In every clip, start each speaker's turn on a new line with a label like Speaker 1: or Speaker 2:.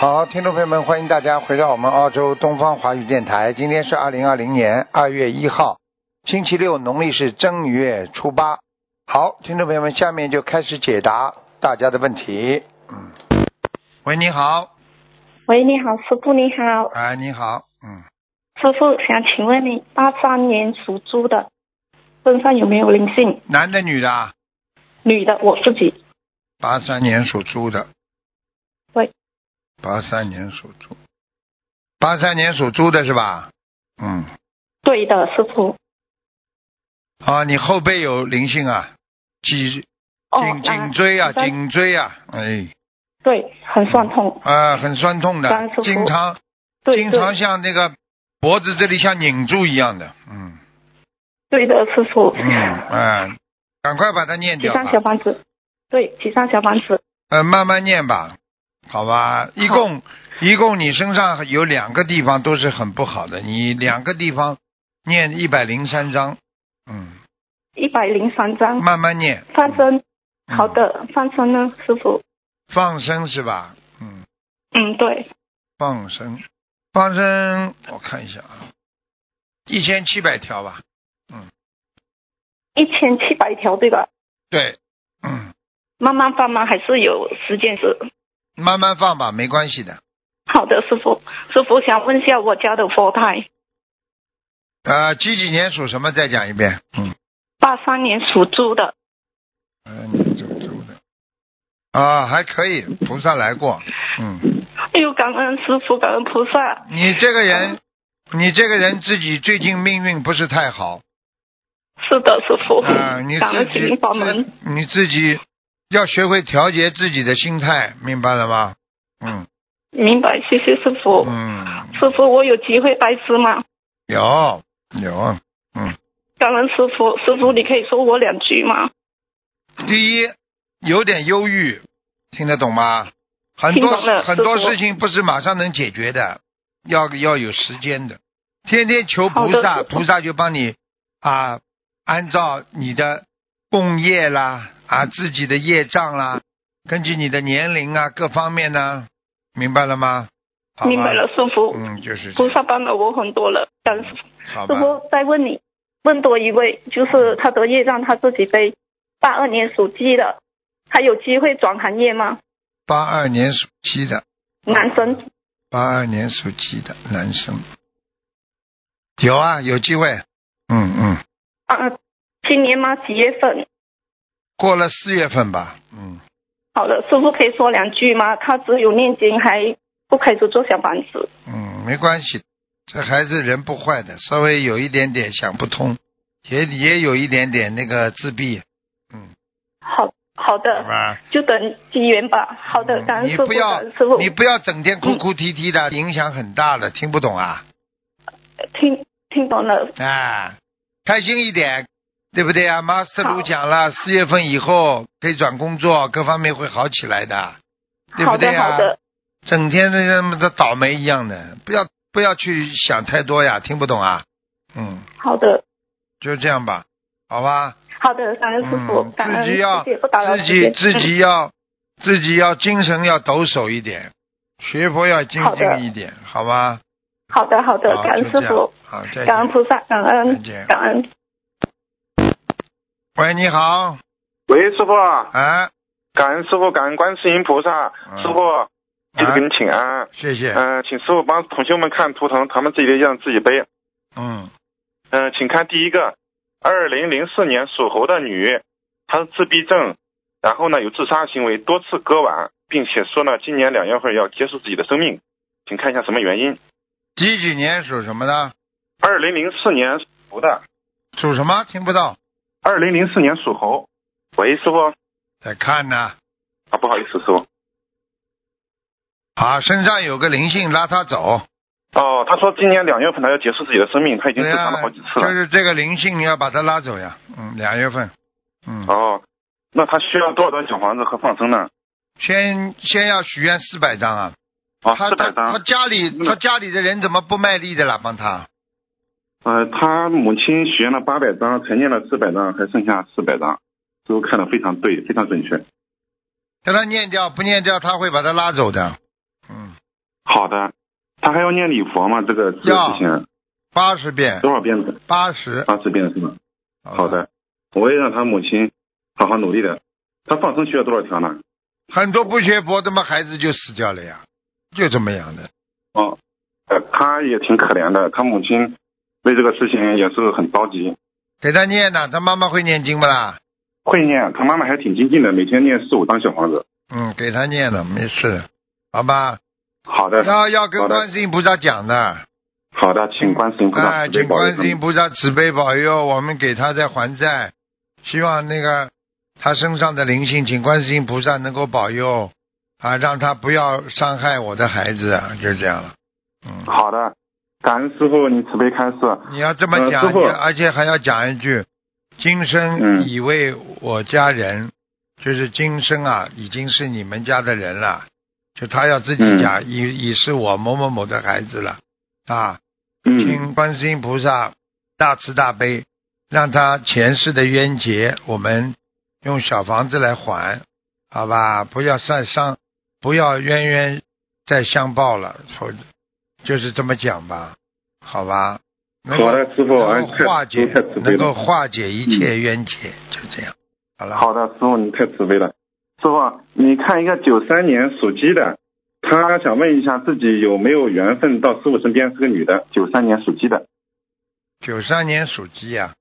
Speaker 1: 好，听众朋友们，欢迎大家回到我们澳洲东方华语电台。今天是二零二零年二月一号，星期六，农历是正月初八。好，听众朋友们，下面就开始解答大家的问题。嗯，喂，你好，
Speaker 2: 喂，你好，师傅你好，
Speaker 1: 哎，你好，嗯，
Speaker 2: 师傅想请问你，八三年属猪的身上有没有灵性？
Speaker 1: 男的女的啊？
Speaker 2: 女的，我自己。
Speaker 1: 八三年属猪的。
Speaker 2: 对。
Speaker 1: 八三年属猪。八三年属猪的是吧？嗯。
Speaker 2: 对的，师傅。
Speaker 1: 啊，你后背有灵性啊，脊
Speaker 2: 哦，
Speaker 1: 颈
Speaker 2: 啊
Speaker 1: 颈椎啊，
Speaker 2: 好的
Speaker 1: 颈椎啊，哎，
Speaker 2: 对，很酸痛。
Speaker 1: 啊，很酸痛的
Speaker 2: 酸，痛
Speaker 1: 经常
Speaker 2: 对
Speaker 1: 经常像那个脖子这里像拧住一样的，嗯
Speaker 2: 对对的，师傅。
Speaker 1: 嗯啊，赶快把它念
Speaker 2: 几
Speaker 1: 掉
Speaker 2: 张小
Speaker 1: 吧，
Speaker 2: 房子？对，几张小房子？
Speaker 1: 呃，慢慢念吧，好吧，一共一共你身上有两个地方都是很不好的，你两个地方念一百零三章，嗯，
Speaker 2: 一百零三张。
Speaker 1: 慢慢念，
Speaker 2: 放生，
Speaker 1: 嗯
Speaker 2: 好，的，放生呢，师傅？
Speaker 1: 放生是吧？嗯，
Speaker 2: 嗯，对，
Speaker 1: 放生，放生，我看一下啊，一千七百条吧，
Speaker 2: 一千七百条，对吧？
Speaker 1: 对，嗯，
Speaker 2: 慢慢放吗？还是有时间是？
Speaker 1: 慢慢放吧，没关系的。
Speaker 2: 好的，师傅，师傅想问一下我家的佛台，
Speaker 1: 呃，几几年属什么？再讲一遍。嗯，
Speaker 2: 八三年属猪的，
Speaker 1: 呃，你走走的。啊，还可以，菩萨来过。嗯，
Speaker 2: 哎呦，感恩师傅，感恩菩萨。
Speaker 1: 你这个人，你这个人自己最近命运不是太好
Speaker 2: 是的，师傅。
Speaker 1: 啊、你
Speaker 2: 感
Speaker 1: 自
Speaker 2: 恩心
Speaker 1: 己
Speaker 2: 灵法门。
Speaker 1: 自你自己要学会调节自己的心态，明白了吗？嗯
Speaker 2: 明白，谢谢师傅。
Speaker 1: 嗯，
Speaker 2: 师傅，我有机会拜师吗？
Speaker 1: 有有，嗯，
Speaker 2: 感恩师傅，师傅你可以说我两句吗？
Speaker 1: 第一，有点忧郁，听得懂吗？很
Speaker 2: 听
Speaker 1: 多
Speaker 2: 懂了
Speaker 1: 很多
Speaker 2: 师傅
Speaker 1: 事情不是马上能解决的，要要有时间的。天天求菩
Speaker 2: 好
Speaker 1: 萨，
Speaker 2: 的
Speaker 1: 菩萨就帮你啊，按照你的共业啦啊，自己的业障啦，根据你的年龄啊各方面呢、明白了吗？好吧
Speaker 2: 明白了，。师傅，
Speaker 1: 嗯，就是这
Speaker 2: 菩
Speaker 1: 样
Speaker 2: 萨帮了我很多了，感恩师傅。
Speaker 1: 好
Speaker 2: 师
Speaker 1: 吧。
Speaker 2: 傅再问你，问多一位，就是他的业让他自己背，八二年属鸡的，他有机会转行业吗？
Speaker 1: 八二年属鸡的，
Speaker 2: 男生
Speaker 1: 八二年属鸡的男生，有啊，有机会。嗯嗯，
Speaker 2: 啊，今年吗？几月份？
Speaker 1: 过了四月份吧。嗯，
Speaker 2: 好的，师傅可以说两句吗？他只有念经，还不开始做小房子。
Speaker 1: 嗯，没关系，这孩子人不坏的，稍微有一点点想不通，也也有一点点那个自闭，
Speaker 2: 好好
Speaker 1: 好
Speaker 2: 的，
Speaker 1: 吧？嗯
Speaker 2: 就等机缘吧。好的，感恩
Speaker 1: 你
Speaker 2: 师傅，
Speaker 1: 不
Speaker 2: 感
Speaker 1: 要
Speaker 2: 恩师嗯傅。
Speaker 1: 你不要整天哭哭啼啼的，影响很大的，听不懂啊？
Speaker 2: 听听懂了，
Speaker 1: 啊，开心一点，对不对啊？马斯
Speaker 2: 好
Speaker 1: 卢讲了，四月份以后可以转工作，各方面会好起来的，对不
Speaker 2: 好
Speaker 1: 对
Speaker 2: 的
Speaker 1: 啊？
Speaker 2: 好的，
Speaker 1: 整天那个的倒霉一样的，不要不要去想太多呀，听不懂啊？嗯，
Speaker 2: 好的
Speaker 1: 就这样吧，好吧。
Speaker 2: 好的，感恩师傅，
Speaker 1: 嗯，
Speaker 2: 感恩
Speaker 1: 自己要
Speaker 2: 谢谢，不打扰
Speaker 1: 自
Speaker 2: 时
Speaker 1: 己
Speaker 2: 间嗯
Speaker 1: 自己要自己要精神要抖擞一点，学佛要精
Speaker 2: 好的
Speaker 1: 进一点，好吧？
Speaker 2: 嗯好的好的，
Speaker 1: 好
Speaker 2: 感恩
Speaker 1: 就
Speaker 2: 师
Speaker 1: 这
Speaker 2: 傅
Speaker 1: 样，好，再
Speaker 2: 感恩
Speaker 1: 见。
Speaker 2: 菩萨，感
Speaker 1: 再
Speaker 2: 恩
Speaker 1: 见
Speaker 2: 感恩。
Speaker 1: 喂，你好，
Speaker 3: 喂，师傅，啊，
Speaker 1: 啊，
Speaker 3: 感恩师傅，感恩观世音菩萨，
Speaker 1: 嗯
Speaker 3: 师傅，弟子给你请安。
Speaker 1: 谢谢，
Speaker 3: 嗯、请师傅帮同学们看图腾，他们自己的让自己背。
Speaker 1: 嗯，
Speaker 3: 嗯、请看第一个，二零零四年属猴的女，她是自闭症，然后呢有自杀行为，多次割腕，并且说呢今年两月份要结束自己的生命，请看一下什么原因。
Speaker 1: 几几年属什么的？
Speaker 3: 二零零四年属猴的，
Speaker 1: 属什么？听不到，
Speaker 3: 二零零四年属猴。喂，师傅
Speaker 1: 在看呢。
Speaker 3: 啊，不好意思，师傅。
Speaker 1: 啊，身上有个灵性，拉他走。
Speaker 3: 哦，他说今年两月份他要结束自己的生命，他已经
Speaker 1: 对啊
Speaker 3: 自
Speaker 1: 呀、
Speaker 3: 杀了好几次了。
Speaker 1: 就是这个灵性，你要把他拉走呀。嗯，两月份，嗯，
Speaker 3: 哦，那他需要多少张小房子和放生呢？
Speaker 1: 先先要许愿四百张啊。
Speaker 3: 哦，
Speaker 1: 他
Speaker 3: 四
Speaker 1: 他
Speaker 3: 百
Speaker 1: 他
Speaker 3: 张。
Speaker 1: 家里
Speaker 3: 嗯
Speaker 1: 他家里的人怎么不卖力的啦？帮他
Speaker 3: 呃，他母亲许愿了八百张，才念了四百张，还剩下四百张，最后看的非常对，非常准确。
Speaker 1: 叫他念掉，不念掉他会把他拉走的。嗯，
Speaker 3: 好的，他还要念礼佛吗？这个这个
Speaker 1: 要
Speaker 3: 事情
Speaker 1: 八十遍，
Speaker 3: 多少遍呢？
Speaker 1: 八十。
Speaker 3: 八十遍是吗？嗯好，的，我也让他母亲好好努力的。他放生需要多少条呢？
Speaker 1: 很多不学佛，他妈孩子就死掉了呀，就这么样的。
Speaker 3: 哦，呃，他也挺可怜的，他母亲为这个事情也是很着急，
Speaker 1: 给他念呢，他妈妈会念经不啦？
Speaker 3: 会念，他妈妈还挺精进的，每天念四五张小房子。
Speaker 1: 嗯，给他念了，没事，好吧？
Speaker 3: 好的，
Speaker 1: 要要跟
Speaker 3: 嗯好的
Speaker 1: 观世音菩萨讲的，
Speaker 3: 好的，请观世音菩萨
Speaker 1: 哎，
Speaker 3: 慈悲
Speaker 1: 请
Speaker 3: 保佑
Speaker 1: 观
Speaker 3: 他
Speaker 1: 世音
Speaker 3: 们。
Speaker 1: 菩萨慈悲保佑，我们给他在还债，希望那个他身上的灵性，请观世音菩萨能够保佑啊，让他不要伤害我的孩子啊，就这样了。嗯，
Speaker 3: 好的，感恩师傅，你慈悲开示。
Speaker 1: 你要这么
Speaker 3: 呃
Speaker 1: 讲，
Speaker 3: 师
Speaker 1: 你
Speaker 3: 父
Speaker 1: 而且还要讲一句：今生
Speaker 3: 嗯
Speaker 1: 已为我家人，就是今生啊，已经是你们家的人了。就他要自己
Speaker 3: 嗯
Speaker 1: 讲，已已是我某某某的孩子了啊！
Speaker 3: 嗯，
Speaker 1: 请观世音菩萨大慈大悲，让他前世的冤结，我们用小房子来还，好吧？不要再伤，不要冤冤再相报了，或者就是这么讲吧，好吧？能够
Speaker 3: 好的，师傅，哎
Speaker 1: 能够化解
Speaker 3: 太太慈，悲
Speaker 1: 能
Speaker 3: 了
Speaker 1: 够化解一切冤结，就这样。好了，
Speaker 3: 好的，师傅你太慈悲了。师傅，你看一个九三年属鸡的，他想问一下自己有没有缘分到师傅身边，是个女的，九三年属鸡的，
Speaker 1: 九三年属鸡呀、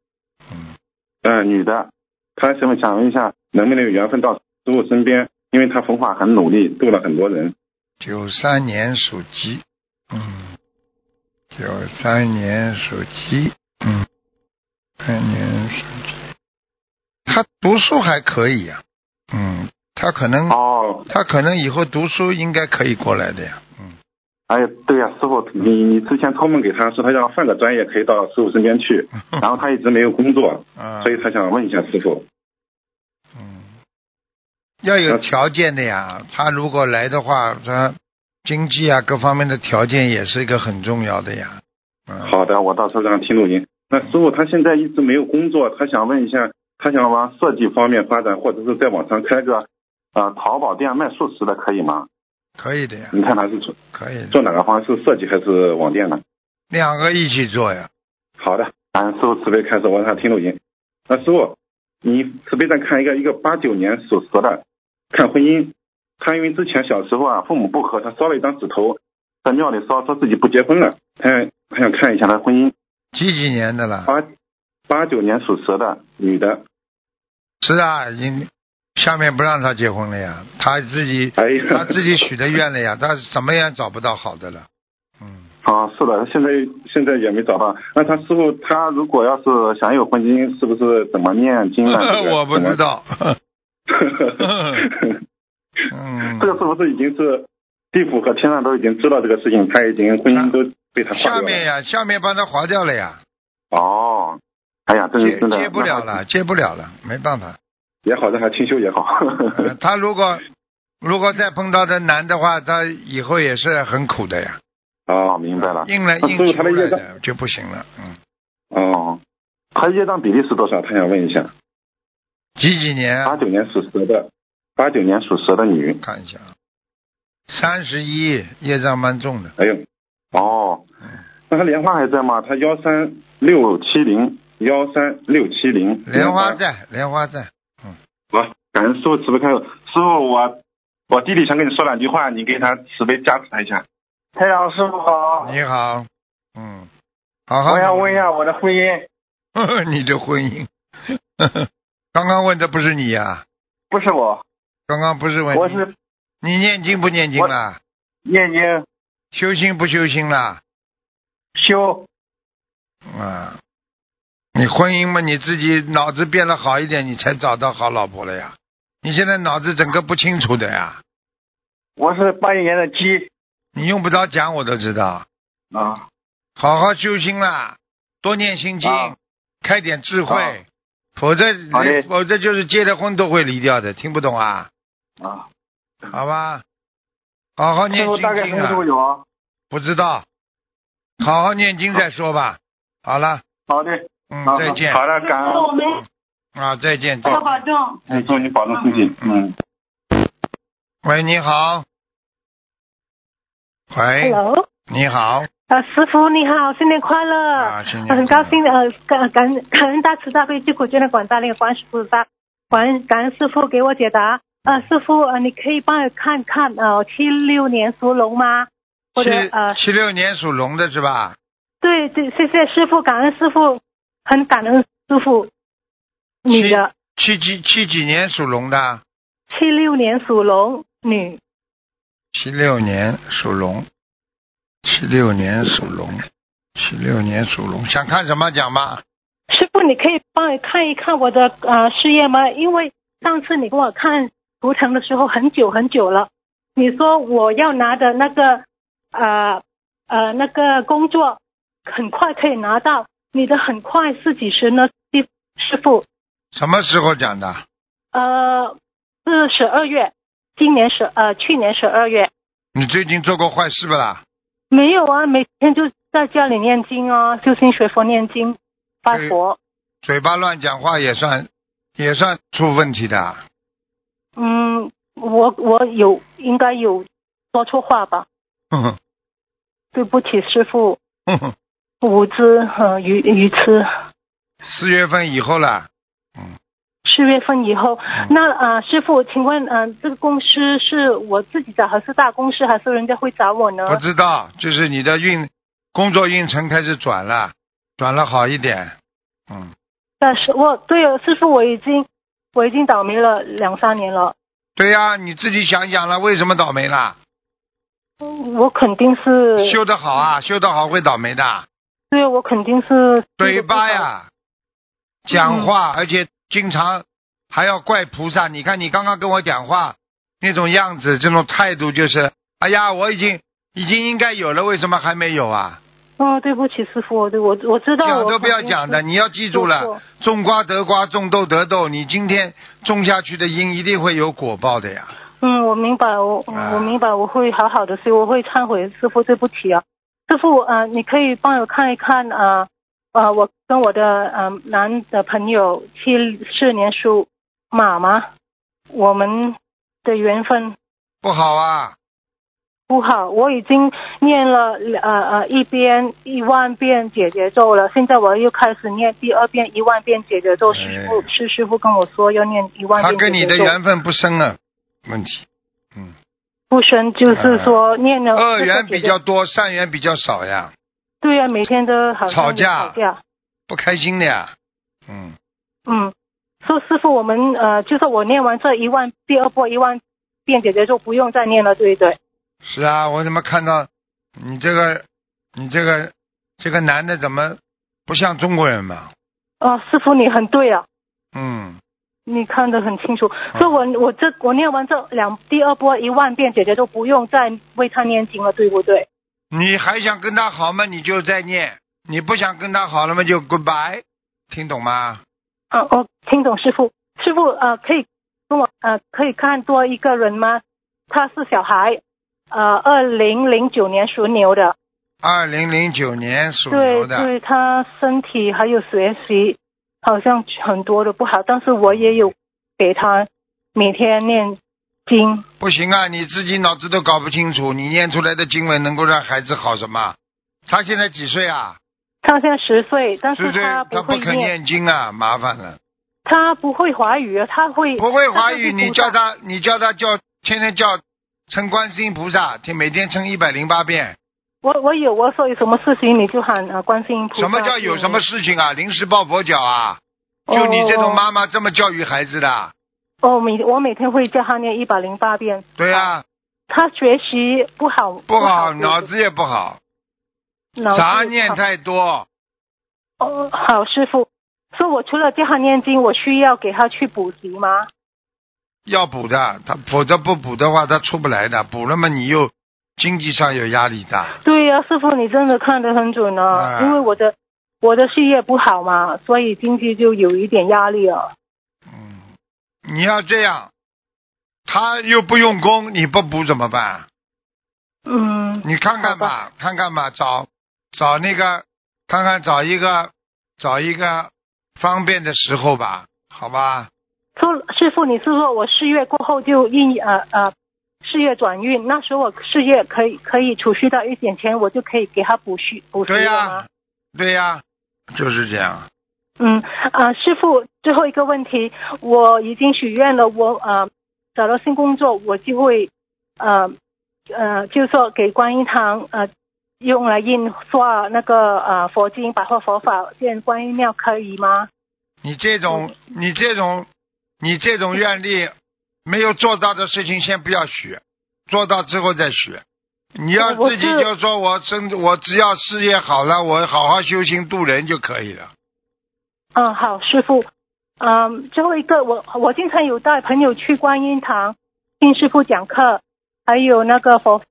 Speaker 1: 嗯，
Speaker 3: 嗯、女的，她想问想问一下能不能有缘分到师傅身边，因为她佛法很努力，度了很多人。
Speaker 1: 九三年属鸡，嗯，九三年属鸡，嗯，三年属鸡，他读书还可以呀、嗯，他可能、
Speaker 3: 哦，
Speaker 1: 他可能以后读书应该可以过来的呀，嗯，
Speaker 3: 哎呀，对呀、师傅，你你之前托梦给他说他要换个专业可以到师傅身边去，然后他一直没有工作，
Speaker 1: 啊
Speaker 3: 所，以他想问一下师傅。
Speaker 1: 嗯，要有条件的呀，他如果来的话，他经济啊各方面的条件也是一个很重要的呀，嗯，
Speaker 3: 好的，我到时候让听录音。那师傅他现在一直没有工作，他想问一下，他想往设计方面发展，或者是在网上开个呃淘宝店卖素食的，可以吗？
Speaker 1: 可以的呀，
Speaker 3: 你看他是做
Speaker 1: 可以的。
Speaker 3: 做哪个方向，是设计还是网店呢？
Speaker 1: 两个一起做呀。
Speaker 3: 好的，俺师傅慈悲开始，我让他听录音。那师傅，你慈悲再看一个一个八九年属蛇的，看婚姻，他因为之前小时候啊父母不和，他烧了一张纸头，在庙里烧，说自己不结婚了，他想他想看一下他婚姻。
Speaker 1: 几几年的了？
Speaker 3: 八八九年属蛇的女的，
Speaker 1: 是啊，已经下面不让他结婚了呀，他自己
Speaker 3: 哎呀，
Speaker 1: 他自己许的愿了呀，他怎么也找不到好的了。嗯，
Speaker 3: 啊，是的，现在现在也没找到。那他师傅他如果要是想有婚姻，是不是怎么念经呢？ 这个
Speaker 1: 我不知。道。
Speaker 3: 嗯怎么
Speaker 1: 嗯
Speaker 3: 这，个是不是已经是地府和天上都已经知道这个事情？他已经婚姻都被他
Speaker 1: 下
Speaker 3: 划掉
Speaker 1: 面
Speaker 3: 了。
Speaker 1: 呀，下面帮他划掉了呀，
Speaker 3: 哦，哎呀，真
Speaker 1: 接
Speaker 3: 是真的
Speaker 1: 接不了
Speaker 3: 那
Speaker 1: 了，
Speaker 3: 他
Speaker 1: 接不了了，没办法。
Speaker 3: 也好，让他清修也好。
Speaker 1: 呃他如果如果再碰到这男的话，他以后也是很苦的呀，
Speaker 3: 哦，明白了。
Speaker 1: 硬来
Speaker 3: 那
Speaker 1: 硬
Speaker 3: 师傅
Speaker 1: 出
Speaker 3: 他的
Speaker 1: 来
Speaker 3: 业障
Speaker 1: 的就不行了。嗯，
Speaker 3: 哦，他业障比例是多少？他想问一
Speaker 1: 嗯
Speaker 3: 下。
Speaker 1: 几几年啊
Speaker 3: 八？九年属蛇的，八九年属蛇的女。
Speaker 1: 看一下，啊，三十一业障蛮重的，
Speaker 3: 哎呦，哦，
Speaker 1: 嗯
Speaker 3: 那他莲花还在吗？他幺三六七零幺三六七零
Speaker 1: 莲花。在，莲花在，
Speaker 3: 我感恩师傅慈悲开示，师傅我我弟弟想跟你说两句话，你给他慈悲加持他一下。
Speaker 4: 台长师傅好，
Speaker 1: 你好，嗯，好好。
Speaker 4: 我想问一下我的婚姻，
Speaker 1: 你的婚姻， 刚刚问的不是你呀、
Speaker 4: 不是我，
Speaker 1: 刚刚不是哎问你
Speaker 4: 我是
Speaker 1: 你念经不念经啦，
Speaker 4: 念经
Speaker 1: 修心不修心啦，
Speaker 4: 修，
Speaker 1: 啊，你婚姻嘛，你自己脑子变得好一点，你才找到好老婆了呀。你现在脑子整个不清楚的呀，
Speaker 4: 我是八一年的鸡
Speaker 1: 你用不着讲我都知道。
Speaker 4: 啊，
Speaker 1: 好好修心啦，多念心经，
Speaker 4: 啊
Speaker 1: 开点智慧，
Speaker 4: 啊
Speaker 1: 否则
Speaker 4: 好的
Speaker 1: 否则就是结了婚都会离掉的，听不懂啊？
Speaker 4: 啊，
Speaker 1: 好吧，好好
Speaker 4: 师
Speaker 1: 念
Speaker 4: 傅
Speaker 1: 心
Speaker 4: 大概什
Speaker 1: 经
Speaker 4: 么时候
Speaker 1: 啊，
Speaker 4: 有啊？
Speaker 1: 不知道，好好念经再说吧。好了，
Speaker 4: 好的，
Speaker 1: 嗯，
Speaker 4: 好
Speaker 1: 再见
Speaker 3: 好的，感恩
Speaker 5: 我们
Speaker 1: 啊，再见。再
Speaker 5: 做
Speaker 1: 见
Speaker 5: 保证。
Speaker 3: 嗯祝你保重身体。嗯。
Speaker 1: 喂，你好，喂，
Speaker 5: Hello，
Speaker 1: 你好，
Speaker 5: 呃，师傅你好，新年快乐！
Speaker 1: 啊新年
Speaker 5: 呃很
Speaker 1: 快
Speaker 5: 高
Speaker 1: 乐
Speaker 5: 兴呃，感感 恩感恩大慈大悲救苦救难广大那个观世菩萨，感恩感恩师傅给我解答。呃，师傅，呃，你可以帮我看看呃，七六年属龙吗？或者呃，
Speaker 1: 七七六年属龙的是吧？
Speaker 5: 对对，谢谢师傅，感恩师傅，很感恩师傅。女的，
Speaker 1: 七几七几年属龙的？
Speaker 5: 七六年属龙女，
Speaker 1: 七六年属龙，七六年属龙，七六年属龙，想看什么讲吧？
Speaker 5: 师傅，你可以帮我看一看我的呃事业吗？因为上次你给我看图腾的时候很久很久了，你说我要拿的那个呃呃那个工作很快可以拿到，你的很快是几时呢？师师傅，
Speaker 1: 什么时候讲的？
Speaker 5: 呃是十二月，今年十呃去年十二月
Speaker 1: 你最近做过坏事不啦？
Speaker 5: 没有啊，每天就在家里念经啊，修心学佛念经拜佛，
Speaker 1: 嘴巴乱讲话也算，也算出问题的。啊
Speaker 5: 嗯，我我有应该有说错话吧。
Speaker 1: 哼哼
Speaker 5: 对不起，师傅，
Speaker 1: 哼哼，
Speaker 5: 无知和愚愚痴。
Speaker 1: 四月份以后了，
Speaker 5: 四月份以后，
Speaker 1: 嗯
Speaker 5: 那呃，师傅，请问，嗯、这个公司是我自己找，还是大公司，还是人家会找我
Speaker 1: 不
Speaker 5: 呢？
Speaker 1: 知道，就是你的运，工作运程开始转了，转了好一点。嗯，
Speaker 5: 但是我对了，师傅，我已经我已经倒霉了两三年了，
Speaker 1: 对呀、你自己想想了，为什么倒霉啦？
Speaker 5: 我肯定是，
Speaker 1: 修得好啊，修得好会倒霉的。
Speaker 5: 对，我肯定是
Speaker 1: 嘴巴，呀，讲话，而且经常还要怪菩萨。你看你刚刚跟我讲话那种样子，这种态度就是，哎呀，我已经已经应该有了，为什么还没有啊？
Speaker 5: 嗯，对不起，师傅，对我我知道，
Speaker 1: 讲
Speaker 5: 我
Speaker 1: 都不要讲的，
Speaker 5: 肯定
Speaker 1: 你要记住
Speaker 5: 做错
Speaker 1: 了，种瓜得瓜，种豆得豆。你今天种下去的因，一定会有果报的呀。
Speaker 5: 是，嗯，我明白，我、
Speaker 1: 啊
Speaker 5: 我明白，我会好好的修，我会忏悔，师傅对不起啊。师傅，呃，你可以帮我看一看呃，呃，我跟我的呃男的朋友七四年属马吗？我们的缘分
Speaker 1: 不好啊，
Speaker 5: 不好，我已经念了呃呃一边一万遍解结咒了，现在我又开始念第二遍一万遍解结咒。
Speaker 1: 哎
Speaker 5: 师傅是师傅跟我说要念一万
Speaker 1: 他
Speaker 5: 遍
Speaker 1: 跟你
Speaker 5: 解
Speaker 1: 的
Speaker 5: 结咒，
Speaker 1: 缘分不深啊，问题。嗯，
Speaker 5: 不深，就是说
Speaker 1: 啊
Speaker 5: 念了
Speaker 1: 恶
Speaker 5: 这个
Speaker 1: 缘
Speaker 5: 解
Speaker 1: 比
Speaker 5: 结
Speaker 1: 较多，善缘比较少呀，
Speaker 5: 对呀、每天都好像
Speaker 1: 吵
Speaker 5: 有
Speaker 1: 架
Speaker 5: 吵架。
Speaker 1: 不开心的呀。嗯。
Speaker 5: 嗯，说师傅，我们呃，就是我念完这一万第二波一万遍解决就不用再念了，对不对？
Speaker 1: 是啊，我怎么看到你这个，你这个这个男的怎么不像中国人嘛？
Speaker 5: 哦，师傅你很对啊，
Speaker 1: 嗯，
Speaker 5: 你看得很清楚。
Speaker 1: 哦
Speaker 5: 说我我这我念完这两第二波一万遍解决就不用再为他念经了，对不对？
Speaker 1: 你还想跟他好吗？你就再念，你不想跟他好了吗？就 goodbye，听懂吗？
Speaker 5: 啊，我、听懂师傅。师傅呃，可以跟我呃，可以看多一个人吗？他是小孩，呃，二零零九年属牛的，
Speaker 1: 二零零九年属
Speaker 5: 对
Speaker 1: 牛的，
Speaker 5: 对，他身体还有学习好像很多的不好，但是我也有给他每天念经。
Speaker 1: 不行啊！你自己脑子都搞不清楚，你念出来的经文能够让孩子好什么？他现在几岁啊？
Speaker 5: 他现在十岁，但
Speaker 1: 十
Speaker 5: 是
Speaker 1: 岁
Speaker 5: 他
Speaker 1: 他
Speaker 5: 会
Speaker 1: 不肯
Speaker 5: 念，
Speaker 1: 念经啊，麻烦了。
Speaker 5: 他不会华语，他会
Speaker 1: 不会华语，
Speaker 5: 他会
Speaker 1: 你叫他，你叫他叫，天天叫称观世音菩萨，天每天称一百零八遍。
Speaker 5: 我我有我说有什么事情你就喊啊观世音菩萨。
Speaker 1: 什么叫有什么事情啊？临时抱佛脚啊？就你这种妈妈这么教育孩子的？
Speaker 5: 哦？哦，每我每天会叫他念一百零八遍。
Speaker 1: 对啊，
Speaker 5: 他学习不好，
Speaker 1: 不
Speaker 5: 好
Speaker 1: 好，脑子也不好，
Speaker 5: 脑子
Speaker 1: 杂
Speaker 5: 也不好
Speaker 1: 念太多。
Speaker 5: 哦，好，师傅，说我除了教他念经，我需要给他去补习吗？
Speaker 1: 要补的，他否则不补的话，他出不来的。补了嘛，你又经济上有压力大。
Speaker 5: 对呀、师傅，你真的看得很准啊！
Speaker 1: 哎
Speaker 5: 因为我的我的事业不好嘛，所以经济就有一点压力啊了。
Speaker 1: 嗯，你要这样，他又不用功，你不补怎么办？
Speaker 5: 嗯，
Speaker 1: 你看看吧，看看吧，找找那个，看看找一个找一个方便的时候吧，好吧？
Speaker 5: 说师傅，你是说我四月过后就一呃呃，事业转运，那时候我事业可以可以储蓄到一点钱，我就可以给他补续补习
Speaker 1: 对
Speaker 5: 了
Speaker 1: 呀、
Speaker 5: 吗？
Speaker 1: 对呀、就是这样。
Speaker 5: 嗯啊、师傅，最后一个问题，我已经许愿了，我呃找到新工作，我就会呃呃，就说给观音堂呃用来印刷那个呃佛经、白话佛法建观音庙，可以吗？
Speaker 1: 你这种，
Speaker 5: 嗯
Speaker 1: 你这种，你这种愿力没有做到的事情，先不要许，做到之后再许。你要
Speaker 5: 我
Speaker 1: 自己
Speaker 5: 是
Speaker 1: 就说我生，我只要事业好了，我好好修行度人就可以了。
Speaker 5: 嗯，好，师傅。嗯，最后一个，我我经常有带朋友去观音堂听师傅讲课，还有那个佛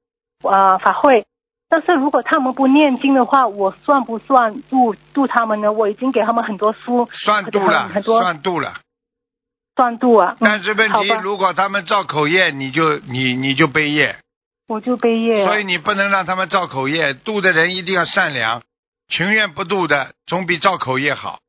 Speaker 5: 呃法会。但是如果他们不念经的话，我算不算度度他们呢？我已经给他们很多书
Speaker 1: 算度了
Speaker 5: 很，多
Speaker 1: 算度了。
Speaker 5: 算度啊。嗯
Speaker 1: 但是问
Speaker 5: 好
Speaker 1: 题，
Speaker 5: 吧
Speaker 1: 如果他们造口业，你就你你就背业，
Speaker 5: 我就背业了。
Speaker 1: 所以你不能让他们造口业。度的人一定要善良，情愿不度的总比造口业好。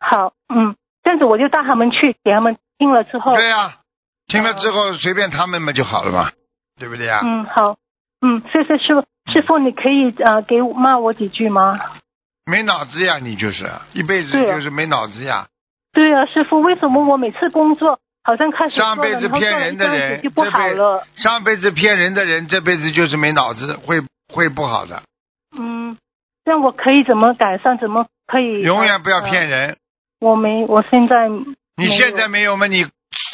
Speaker 5: 好，嗯，这样子我就带他们去，给他们听了之后，
Speaker 1: 对呀、听了之后随便他们嘛就好了嘛，对不对呀、
Speaker 5: 嗯，好，嗯，谢谢师傅，师傅你可以呃给我骂我几句吗？
Speaker 1: 没脑子呀，你就是一辈子
Speaker 5: 对啊
Speaker 1: 就是没脑子呀。
Speaker 5: 对啊，师傅，为什么我每次工作好像开始
Speaker 1: 上辈子
Speaker 5: 做了
Speaker 1: 骗人的
Speaker 5: 然后做了一阵
Speaker 1: 人
Speaker 5: 子，就不好了？
Speaker 1: 这辈上辈子骗人的人，这辈子就是没脑子，会会不好的。
Speaker 5: 嗯，这样我可以怎么改善？怎么可以？
Speaker 1: 永远不要骗
Speaker 5: 呃
Speaker 1: 人。
Speaker 5: 我没，我现在
Speaker 1: 你
Speaker 5: 没有
Speaker 1: 现在没有吗？你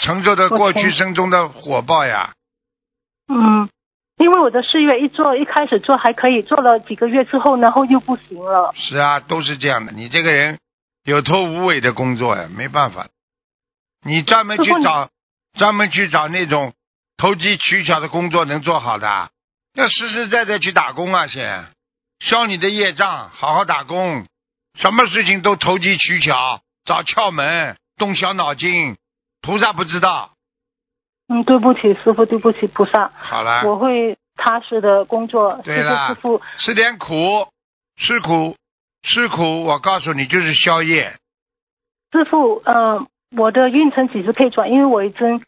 Speaker 1: 承受着过去
Speaker 5: 我承
Speaker 1: 生中的火爆呀。
Speaker 5: 嗯，因为我的事业一做，一开始做还可以，做了几个月之后，然后又不行了。
Speaker 1: 是啊，都是这样的。你这个人有头无尾的工作呀，没办法。你专门去
Speaker 5: 师傅你
Speaker 1: 找，专门去找那种投机取巧的工作能做好的啊，要实实在在去打工啊，先消你的业障，好好打工。什么事情都投机取巧，找窍门，动小脑筋，菩萨不知道。
Speaker 5: 嗯，对不起，师傅，对不起，菩萨，
Speaker 1: 好了，
Speaker 5: 我会踏实的工作。
Speaker 1: 啊对啦
Speaker 5: 师傅，师
Speaker 1: 吃点苦，吃苦，吃苦，我告诉你就是宵夜。
Speaker 5: 傅，师傅，呃，我的运程几时可以转？因为我已经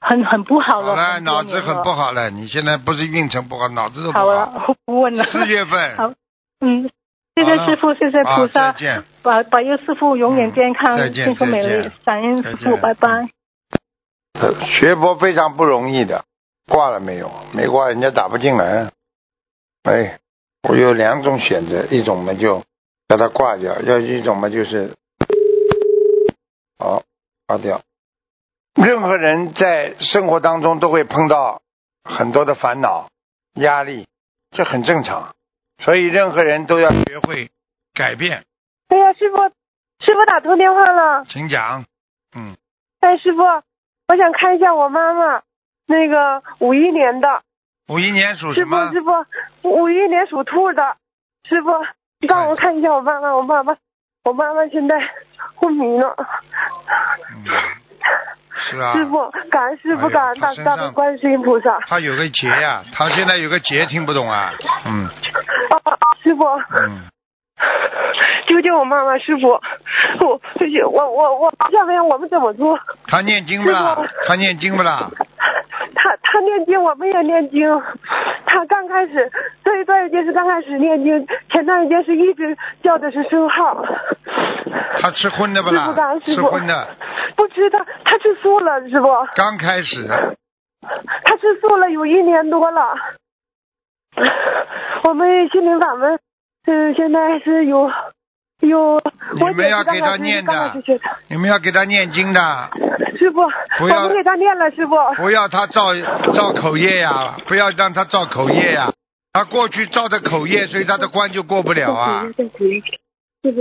Speaker 5: 很很不
Speaker 1: 好
Speaker 5: 好了，
Speaker 1: 了，
Speaker 5: 很多
Speaker 1: 脑子
Speaker 5: 年
Speaker 1: 很
Speaker 5: 了
Speaker 1: 不好了，你现在不是运程不好，脑子都不
Speaker 5: 好了，我不问了。
Speaker 1: 四月份，
Speaker 5: 好嗯，谢谢
Speaker 1: 好了
Speaker 5: 师傅，谢谢
Speaker 1: 啊
Speaker 5: 菩萨
Speaker 1: 再，见。
Speaker 5: 保保佑师傅永远健
Speaker 1: 嗯
Speaker 5: 康
Speaker 1: 再，见
Speaker 5: 幸福美
Speaker 1: 再
Speaker 5: 丽
Speaker 1: 见，
Speaker 5: 感恩师
Speaker 1: 再
Speaker 5: 傅，
Speaker 1: 见
Speaker 5: 拜拜。
Speaker 1: 学佛非常不容易的，挂了没有？没挂，人家打不进来。啊哎，我有两种选择，一种嘛就把它挂掉，要一种嘛就是好挂掉。任何人在生活当中都会碰到很多的烦恼、压力，这很正常。所以任何人都要学会改变，
Speaker 6: 哎呀，师傅，师傅打通电话了。
Speaker 1: 请讲。嗯，
Speaker 6: 哎，师傅，我想看一下我妈妈，那个五一年的，
Speaker 1: 五一年属什
Speaker 6: 师傅
Speaker 1: 么？
Speaker 6: 师傅，五一年属兔的，师傅，你帮我看一下我妈妈，我妈妈，我妈妈现在昏迷了。
Speaker 1: 嗯，是啊。
Speaker 6: 师傅，感恩师
Speaker 1: 哎
Speaker 6: 傅，
Speaker 1: 呦
Speaker 6: 感恩
Speaker 1: 她
Speaker 6: 大
Speaker 1: 身
Speaker 6: 慈大悲
Speaker 1: 上
Speaker 6: 观世音菩萨。
Speaker 1: 他有个结呀、他现在有个结，听不懂啊。嗯
Speaker 6: 啊，师傅，
Speaker 1: 嗯，
Speaker 6: 救救我妈妈，师傅，我哎我我我下面我们怎么做？
Speaker 1: 他念经不啦
Speaker 6: 师？
Speaker 1: 他念经不啦？
Speaker 6: 他他念经，我们也念经。他刚开始这一段时间是刚开始念经，前段时间是一直叫的是生号。
Speaker 1: 他吃荤的不
Speaker 6: 师傅感
Speaker 1: 啦？
Speaker 6: 恩师
Speaker 1: 吃
Speaker 6: 傅
Speaker 1: 荤的，
Speaker 6: 不吃他，他吃素了，师傅，
Speaker 1: 刚开始
Speaker 6: 他吃素了有一年多了。我们心灵法门，嗯、现在是有有。
Speaker 1: 你
Speaker 6: 我
Speaker 1: 们
Speaker 6: 姐
Speaker 1: 要
Speaker 6: 是刚
Speaker 1: 给他
Speaker 6: 开始
Speaker 1: 念
Speaker 6: 刚开
Speaker 1: 的
Speaker 6: 始学的。
Speaker 1: 你们要给他念经的，
Speaker 6: 师傅，
Speaker 1: 不
Speaker 6: 我
Speaker 1: 要
Speaker 6: 们给他念了，师傅。
Speaker 1: 不要他造造口业呀、不要让他造口业呀、他过去造的口业，所以他的关就过不了啊。
Speaker 7: 师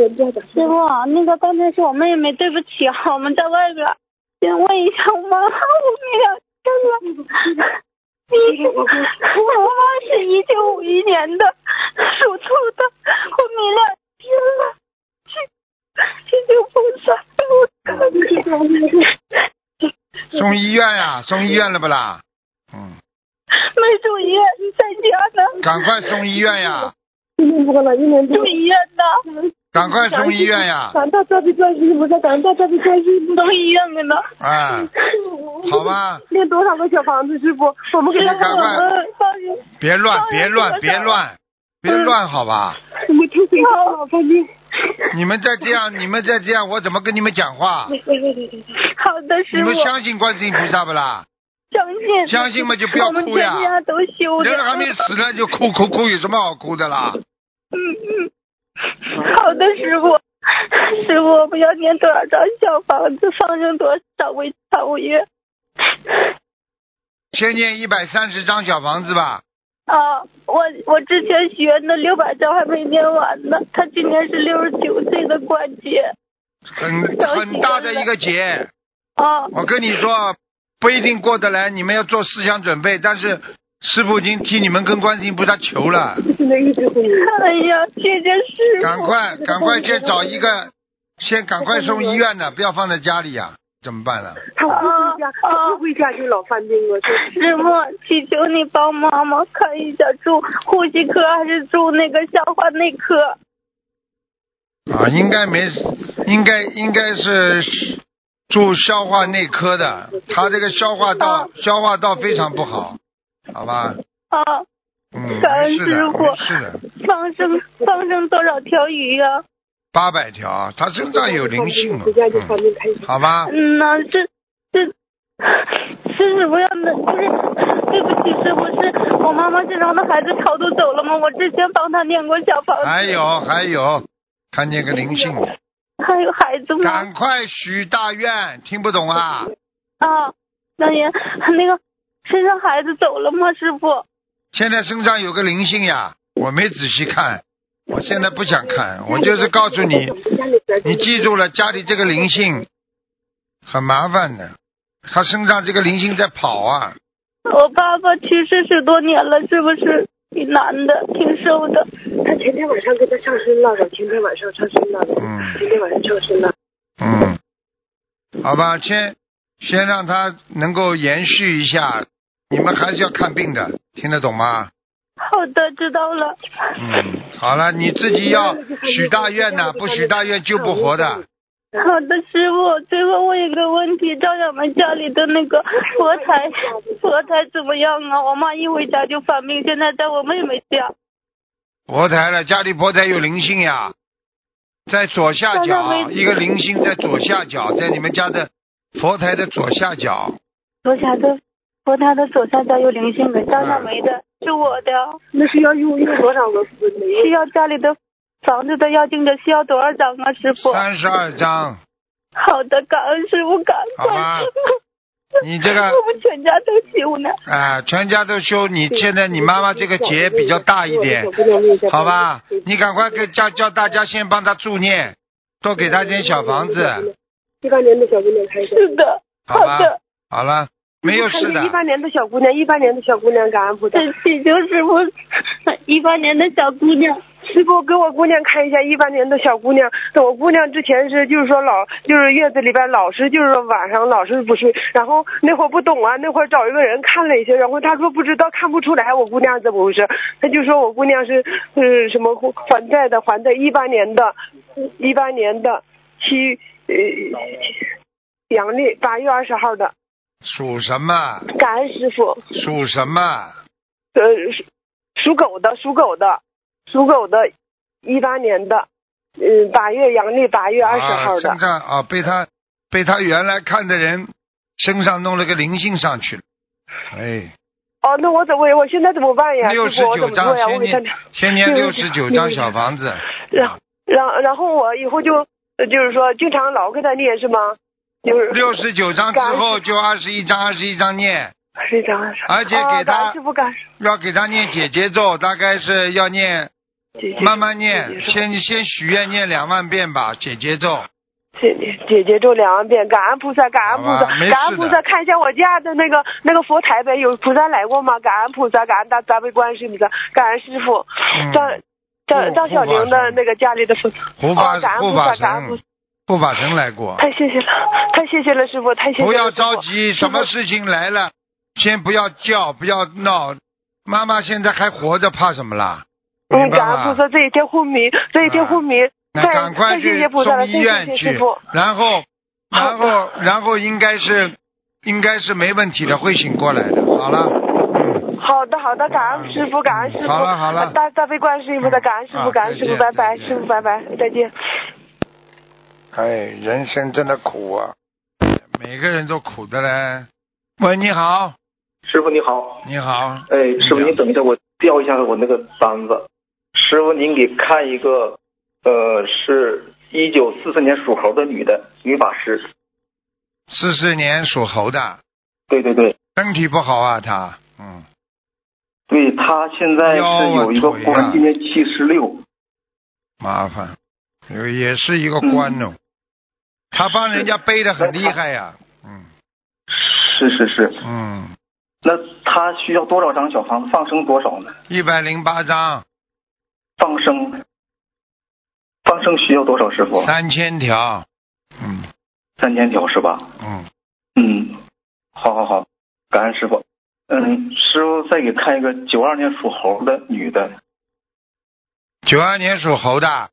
Speaker 7: 傅，啊那个刚才是我妹妹，对不起啊哈，我们在外边儿，先问一下我妈，我没有，
Speaker 6: 嗯
Speaker 7: 真的，一我妈是一九五一年的，属兔的，我没两天了，这这就菩萨，我看
Speaker 6: 嗯
Speaker 1: 送医院呀、送医院了不啦？嗯，
Speaker 7: 没住院，在家呢，
Speaker 1: 赶快送医院呀、
Speaker 6: 一年多了，一年多
Speaker 7: 住
Speaker 6: 了。嗯
Speaker 7: 医院呢，
Speaker 1: 赶快送医院呀！
Speaker 6: 赶到这里转世菩萨，赶到这里转世菩萨
Speaker 2: 到医院了呢。
Speaker 1: 啊，好吧，
Speaker 6: 念多少个小房子，师傅？我们给他
Speaker 1: 你赶快
Speaker 7: 啊
Speaker 6: 们，
Speaker 1: 别乱，别乱，别乱，别乱，好吧？
Speaker 6: 我听谁的老婆你
Speaker 1: 你们再这样，你们再这样，我怎么跟你们讲话？
Speaker 2: 好的，
Speaker 1: 你
Speaker 2: 师傅
Speaker 1: 们，相信观世音菩萨不啦？
Speaker 2: 相信
Speaker 1: 相信嘛就不要
Speaker 2: 我们
Speaker 1: 哭呀
Speaker 2: 全家都修的。
Speaker 1: 人还没死呢就哭哭哭，有什么好哭的啦？
Speaker 2: 嗯嗯，好的，师傅，师傅，我们要念多少张小房子，放生多少为长月？
Speaker 1: 先念一百三十张小房子吧。
Speaker 2: 啊，我我之前许愿的六百张还没念完呢，他今年是六十九岁的关节
Speaker 1: 很很大的一个劫，
Speaker 2: 啊，
Speaker 1: 我跟你说，不一定过得来，你们要做思想准备。但是师傅已经替你们跟观世音菩萨求了，
Speaker 2: 哎呀，谢谢师傅，
Speaker 1: 赶快赶快先找一个，先赶快送医院的，不要放在家里呀、啊怎么办呢、
Speaker 6: 他不回家，他不回家就老犯病了。
Speaker 2: 师傅，祈求你帮妈妈看一下，住呼吸科还是住那个消化内科？
Speaker 1: 啊？应该没，应该应该是住消化内科的，他这个消化
Speaker 2: 哦
Speaker 1: 道消化道非常不好，好吧？
Speaker 2: 啊，
Speaker 1: 嗯，
Speaker 2: 感恩
Speaker 1: 没事的，
Speaker 2: 师傅
Speaker 1: 没事的，
Speaker 2: 放生放生多少条鱼啊呀、
Speaker 1: 八百条，他身上有灵性了
Speaker 6: 回家就犯
Speaker 1: 嗯，
Speaker 6: 病开始。
Speaker 1: 好吧？
Speaker 2: 嗯呐，这这是什么样的？就是对不起，师傅，是我妈妈身上的孩子超度走了吗？我之前帮她念过小房子，
Speaker 1: 还有还有，看见个灵性，
Speaker 2: 还有孩子吗？
Speaker 1: 赶快许大愿，听不懂啊？
Speaker 2: 啊，那也那个身上孩子走了吗？师傅，
Speaker 1: 现在身上有个灵性呀，我没仔细看，我现在不想看，我就是告诉你，你记住了，家里这个灵性很麻烦的，他身上这个灵性在跑啊，
Speaker 2: 我爸爸去世十多年了，是不是？挺难的，挺瘦的。
Speaker 6: 他前天晚上跟他上身了，前天晚上上身了，
Speaker 1: 嗯
Speaker 6: 前天晚上上身了。
Speaker 1: 嗯，好吧，先先让他能够延续一下，你们还是要看病的，听得懂吗？
Speaker 2: 好的，知道了。
Speaker 1: 嗯，好了，你自己要许大愿呐、不许大愿救不活的。
Speaker 2: 好的，师傅。最后问一个问题，张小梅家里的那个佛台，佛台怎么样啊？我妈一回家就犯病，现在在我妹妹家。
Speaker 1: 佛台了，家里佛台有灵性呀，在左下
Speaker 2: 那那
Speaker 1: 角
Speaker 2: 为
Speaker 1: 一个灵性在左下角，在你们家的佛台的左下角。
Speaker 2: 左下的佛台的左下角有灵性的，张小梅
Speaker 1: 嗯
Speaker 2: 的是我的，
Speaker 6: 那是要用用多少个分呢？
Speaker 2: 需要家里的房子的要经者需要多少张啊，师傅？
Speaker 1: 三十二章，
Speaker 2: 好的，感恩师傅，感恩
Speaker 1: 好吧你这个
Speaker 2: 我们全家都修呢。
Speaker 1: 啊、全家都修。你现在你妈妈这个劫比较大一点，好吧？你赶快给叫叫大家先帮她助念，多给她点小房子，。
Speaker 6: 一八年的小姑娘开
Speaker 2: 是
Speaker 6: 始。
Speaker 2: 的，
Speaker 1: 好吧
Speaker 6: 哦
Speaker 2: 好的？
Speaker 1: 好了，没有事的
Speaker 6: 一。八年的小姑娘，一八年的小姑娘，感恩菩萨。
Speaker 2: 祈求师傅，一八年的小姑娘。
Speaker 6: 师傅给我姑娘看一下，一八年的小姑娘，我姑娘之前是就是说老就是月子里边老是就是说晚上老是不睡，然后那会儿不懂啊，那会儿找一个人看了一下，然后他说不知道看不出来我姑娘怎么回事，他就说我姑娘是是什么还债的还债，一八年的，一八年的七呃阳历八月二十号的，
Speaker 1: 属什么？
Speaker 6: 感恩师傅，
Speaker 1: 属什么？
Speaker 6: 呃属属狗的属狗的属狗的，一八年的。嗯，八月阳历八月二十号的
Speaker 1: 啊、身，上啊，被他被他原来看的人身上弄了个灵性上去了。哎，
Speaker 6: 哦，那我怎么我现在怎么办呀？
Speaker 1: 六十
Speaker 6: 师傅我怎
Speaker 1: 九
Speaker 6: 么
Speaker 1: 张
Speaker 6: 做呀？
Speaker 1: 先
Speaker 6: 我给他
Speaker 1: 念，先念六十九张小房子。
Speaker 6: 然然然后我以后就呃就是说经常老给他念是吗？就是
Speaker 1: 六十九张之后就二十一张，二十一张念，
Speaker 6: 是这样的。
Speaker 1: 而且
Speaker 6: 啊
Speaker 1: 给
Speaker 6: 感
Speaker 1: 他
Speaker 6: 恩师傅感
Speaker 1: 要给他念姐姐咒，大概是要念
Speaker 6: 姐姐
Speaker 1: 慢慢念，
Speaker 6: 姐姐
Speaker 1: 先先许愿念两万遍吧，姐姐咒。
Speaker 6: 哦姐姐姐姐咒两万遍，感恩菩萨，感恩菩
Speaker 1: 好
Speaker 6: 萨
Speaker 1: 吧没事，的
Speaker 6: 感恩菩萨，看一下我家的那个那个佛台呗，有菩萨来过吗？感恩菩萨，感恩大大悲观世音菩萨，感恩师傅，
Speaker 1: 嗯
Speaker 6: 张张
Speaker 1: 护
Speaker 6: 张
Speaker 1: 护
Speaker 6: 小
Speaker 1: 法神
Speaker 6: 玲的那个家里的佛，
Speaker 1: 护法
Speaker 6: 哦感恩
Speaker 1: 护
Speaker 6: 菩
Speaker 1: 法
Speaker 6: 萨，感恩菩
Speaker 1: 神
Speaker 6: 萨，，
Speaker 1: 护法神来过。
Speaker 6: 太谢谢了，太谢谢了，师傅，太谢谢了。
Speaker 1: 不要
Speaker 6: 师傅
Speaker 1: 着急，什么事情来了，先不要叫，不要闹。妈妈现在还活着，怕什么啦？
Speaker 6: 嗯，
Speaker 1: 明白
Speaker 6: 感恩菩
Speaker 1: 吗？嗯
Speaker 6: 萨，这几天昏迷，这几天昏迷，
Speaker 1: 那
Speaker 6: 太
Speaker 1: 赶快
Speaker 6: 太谢
Speaker 1: 去
Speaker 6: 谢菩萨了
Speaker 1: 送医院
Speaker 6: 谢谢
Speaker 1: 去
Speaker 6: 师父，
Speaker 1: 然后，然
Speaker 6: 好
Speaker 1: 后，然后应该是，应该是没问题的，会醒过来的。好了，嗯，
Speaker 6: 好的，好的，感恩师傅，感恩师傅。
Speaker 1: 好了好了
Speaker 6: 大大悲观世音菩萨，感恩师
Speaker 1: 啊
Speaker 6: 傅，感恩师
Speaker 1: 再见
Speaker 6: 傅，拜拜，
Speaker 1: 再见
Speaker 6: 师傅拜拜，再见。
Speaker 1: 哎，人生真的苦啊，每个人都苦的嘞。喂，你好，
Speaker 8: 师傅你好，
Speaker 1: 你好，
Speaker 8: 哎，师傅您等一下，我调一下我那个单子。师傅您给看一个，呃，是一九四四年属猴的女的女法师，
Speaker 1: 四四年属猴的，
Speaker 8: 对对对，
Speaker 1: 身体不好啊，他，嗯，
Speaker 8: 对她现在是有一个
Speaker 1: 腰啊腿啊
Speaker 8: 官，今年七十六，
Speaker 1: 麻烦，有也是一个官哦，他帮人家背的很厉害呀、嗯
Speaker 8: 是是是，
Speaker 1: 嗯，
Speaker 8: 那她需要多少张小房子放生多少呢？
Speaker 1: 一百零八张，
Speaker 8: 放生，放生需要多少？师傅，
Speaker 1: 三千条，嗯
Speaker 8: 三千条是吧？
Speaker 1: 嗯，
Speaker 8: 嗯，好好好，感恩师傅。嗯，师傅再给看一个九二年属猴的女的。
Speaker 1: 九二年属猴的，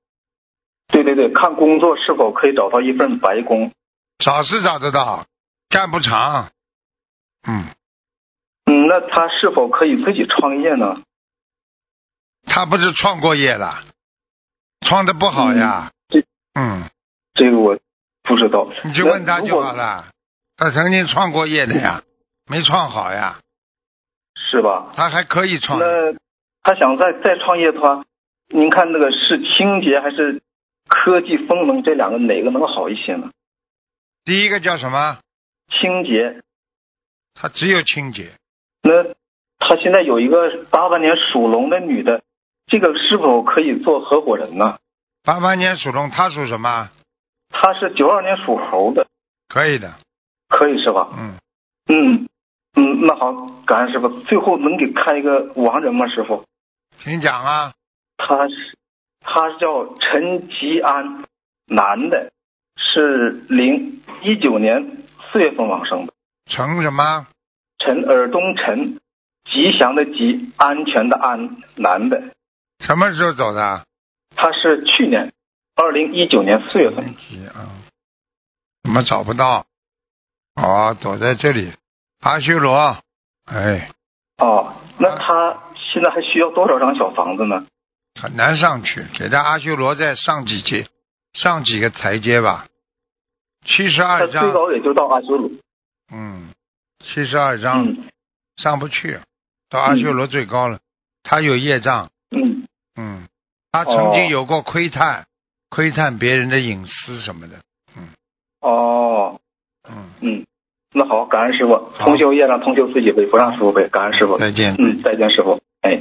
Speaker 8: 对对对，看工作是否可以找到一份白工。
Speaker 1: 找是找得到，干不长，嗯，
Speaker 8: 嗯，那他是否可以自己创业呢？
Speaker 1: 他不是创过业的，创的不好呀，
Speaker 8: 嗯
Speaker 1: 嗯，
Speaker 8: 这个我不知道。
Speaker 1: 你就问他
Speaker 8: 那如
Speaker 1: 就
Speaker 8: 果
Speaker 1: 好，了，他曾经创过业的呀，没创好呀，
Speaker 8: 是吧？
Speaker 1: 他还可以创，
Speaker 8: 那他想再再创业的话，您看那个是清洁还是科技风能这两个哪个能好一些呢？
Speaker 1: 第一个叫什么？
Speaker 8: 清洁，
Speaker 1: 他只有清洁，
Speaker 8: 那他现在有一个八八年属龙的女的，这个是否可以做合伙人呢？
Speaker 1: 八八年属龙，他属什么？
Speaker 8: 她是九二年属猴的，
Speaker 1: 可以的，
Speaker 8: 可以是吧？
Speaker 1: 嗯，
Speaker 8: 嗯，嗯，那好，感恩师傅。最后能给看一个亡人吗，师傅？
Speaker 1: 请讲啊，
Speaker 8: 他是他叫陈吉安，男的，是零一九年四月份往生的。
Speaker 1: 成什么？
Speaker 8: 陈尔东陈，吉祥的吉，安全的安，男的。
Speaker 1: 什么时候走的？
Speaker 8: 他是去年二零一九年四月份
Speaker 1: 问。题啊，怎么找不到？哦，躲在这里，阿修罗，哎，
Speaker 8: 哦，那他现在还需要多少张小房子呢？
Speaker 1: 很难上去，给他阿修罗再上几阶，上几个台阶吧。七十
Speaker 8: 他
Speaker 1: 二
Speaker 8: 呃最
Speaker 1: 章，
Speaker 8: 高也就到阿修罗。
Speaker 1: 嗯，七十二章、
Speaker 8: 嗯
Speaker 1: 上不去，到阿修罗最高了。他有业障，
Speaker 8: 嗯。
Speaker 1: 嗯，他曾经
Speaker 8: 哦
Speaker 1: 有过窥探，窥探别人的隐私什么的，
Speaker 8: 哦，
Speaker 1: 嗯，
Speaker 8: 嗯，那好，感恩师傅，同修业让同修自己背，不让师傅背，感恩师傅。
Speaker 1: 再见。
Speaker 8: 嗯，再见，师傅。哎。